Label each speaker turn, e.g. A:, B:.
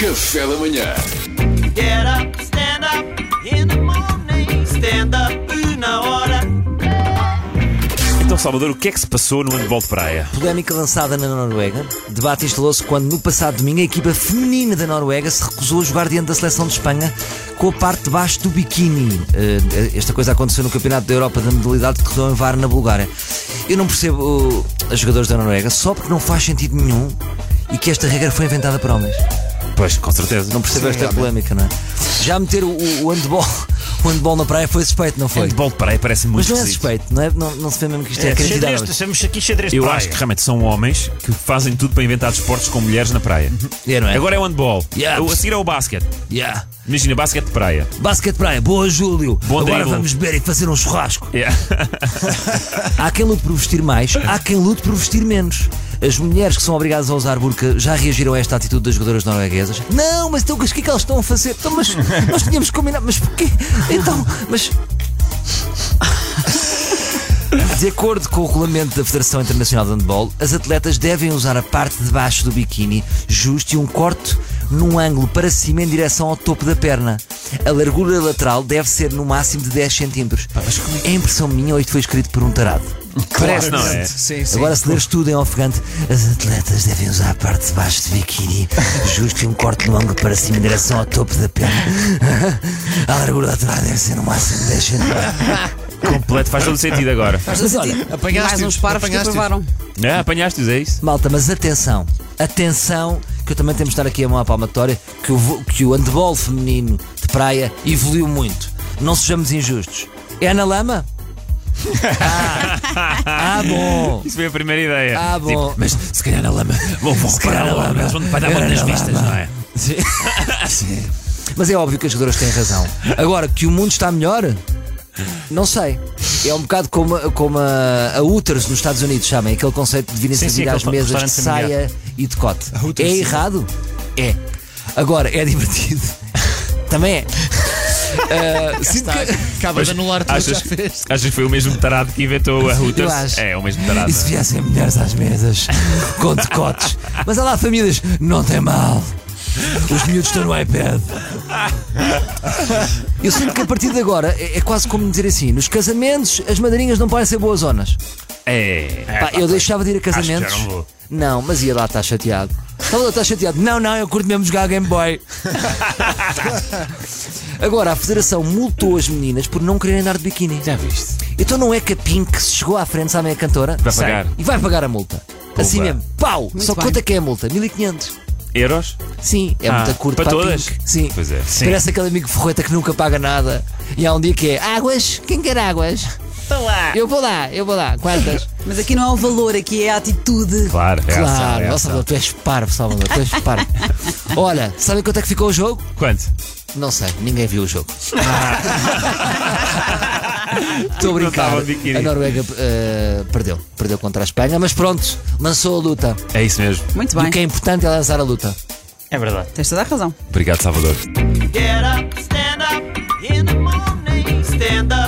A: Café da manhã.
B: Get up, stand up in the morning. Stand up na hora.
C: Então, Salvador, o que é que se passou no handball de praia?
D: Polémica lançada na Noruega. Debate instalou-se quando, no passado domingo, a equipa feminina da Noruega se recusou a jogar diante da seleção de Espanha com a parte de baixo do biquíni. Eh, Esta coisa aconteceu no Campeonato da Europa da modalidade que correu em Var, na Bulgária. Eu não percebo eh, os jogadores da Noruega só porque não faz sentido nenhum e que esta regra foi inventada por homens.
C: Pois, com certeza.
D: Não percebo esta polémica, não é? Já meter o, o, o handball, o handball na praia foi suspeito, não foi?
C: Handball de praia parece muito
D: Mas não é
C: esquisito.
D: suspeito, não, é? não, não se vê mesmo que isto é,
E: Xadrez,
D: acreditável.
E: chamamos aqui xadrez de
C: Eu
E: praia.
C: acho que realmente são homens que fazem tudo para inventar desportos com mulheres na praia.
D: É, não é?
C: Agora é o handball.
D: Yeah.
C: O- A seguir é o basquete.
D: Yeah.
C: Imagina, basquete de praia.
D: Basquete Praia, boa Júlio.
C: Bom É.
D: Agora
C: drible.
D: vamos beber e fazer um churrasco.
C: Yeah.
D: Há quem lute por vestir mais, há quem lute por vestir menos. As mulheres que são obrigadas a usar burca já reagiram a esta atitude das jogadoras norueguesas. Não, mas então o que é que elas estão a fazer? Então, mas nós tínhamos combinado, mas porquê? Então, mas. De acordo com o regulamento da Federação Internacional de Handball, as atletas devem usar a parte de baixo do biquíni justo e um corte num ângulo para cima em direção ao topo da perna. A largura lateral deve ser no máximo de 10 centímetros. É impressão minha ou isto foi escrito por um tarado?
C: Parece, não é?
D: Agora, se leres tudo em ofegante, as atletas devem usar a parte de baixo do biquíni, justo e um corte no ângulo para cima em direção ao topo da perna. A largura lateral deve ser no máximo de 10 centímetros.
C: Completo, faz todo sentido agora.
D: Mas olha,
F: Apanhaste um mais uns parvos que aprovaram.
C: Ah, Apanhaste-os, é isso?
D: malta, mas atenção, atenção, que eu também temos de estar aqui a mão à palmatória, que o, vo- que o handball feminino de praia evoluiu muito. Não sejamos injustos. É na lama? Ah, ah bom.
C: Isso foi a primeira ideia. Tipo,
D: Ah, bom.
C: mas se calhar na lama. Vão, vão reparar
D: calhar na
C: na lama.
D: lama.
C: Eles vão para dar
D: Era
C: bola nas
D: na
C: vistas,
D: lama.
C: não é?
D: Sim. Sim. Mas é óbvio que as jogadoras têm razão. Agora, que o mundo está melhor, não sei. É um bocado como, a- como a, a Hooters nos Estados Unidos, sabem? Aquele conceito de virem
E: Sim, sim,
D: servir
E: aquele
D: às mesas de
E: restaurante familiar.
D: saia e de cote.
F: Hooters,
D: É
F: sim.
D: errado? É. Agora, é divertido. Também é. Ah, sinto que-
F: Acaba de anular tudo o que já
C: Achas,
F: fez.
C: achas que foi o mesmo tarado que inventou a Hooters?
D: Eu acho.
C: É, é o mesmo tarado.
D: E se viessem mulheres às mesas com decotes? Mas há lá famílias, não tem mal. Os miúdos estão no iPad. Eu sinto que a partir de agora é, é quase como dizer assim: nos casamentos as madrinhas não podem ser boas zonas.
C: É. é
D: Pá, eu deixava de ir a casamentos.
C: Acho que já não vou.
D: Não, mas ia lá estar chateado. Estava lá estar chateado. Não, não, eu curto mesmo jogar Game Boy. Agora, a Federação multou as meninas por não quererem andar de biquíni.
C: Já viste?
D: Então não é que a Pink se chegou à frente, sabem a cantora?
C: Vai pagar.
D: E vai pagar a multa. Assim mesmo, pau! Só
F: bem.
D: quanto é que é a multa? 1500.
C: Euros?
D: Sim, é
C: Ah,
D: muito curto
C: para
D: para, a
C: todas?
D: Pink. Sim.
C: Pois é. Sim.
D: Parece aquele amigo forreta que nunca paga nada. E há um dia que é águas? Quem quer águas?
F: lá.
D: Eu vou lá, eu vou lá. Quantas?
G: Mas aqui não é o valor, aqui é a atitude.
C: Claro, é ação, é
D: claro, ó,
C: ação.
D: Salvador, tu és parvo, Salvador, tu és parvo. Olha, sabem quanto é que ficou o jogo?
C: Quanto?
D: Não sei, ninguém viu o jogo. Estou a brincar.
C: Não estava de biquíni.
D: A Noruega eh, perdeu. Perdeu contra a Espanha, mas pronto, lançou a luta.
C: É isso mesmo.
G: Muito
D: E
G: bem.
D: o que é importante é lançar a luta.
E: É verdade.
G: Tens toda a razão.
C: Obrigado, Salvador.
B: Get up, stand up in the morning. Stand up.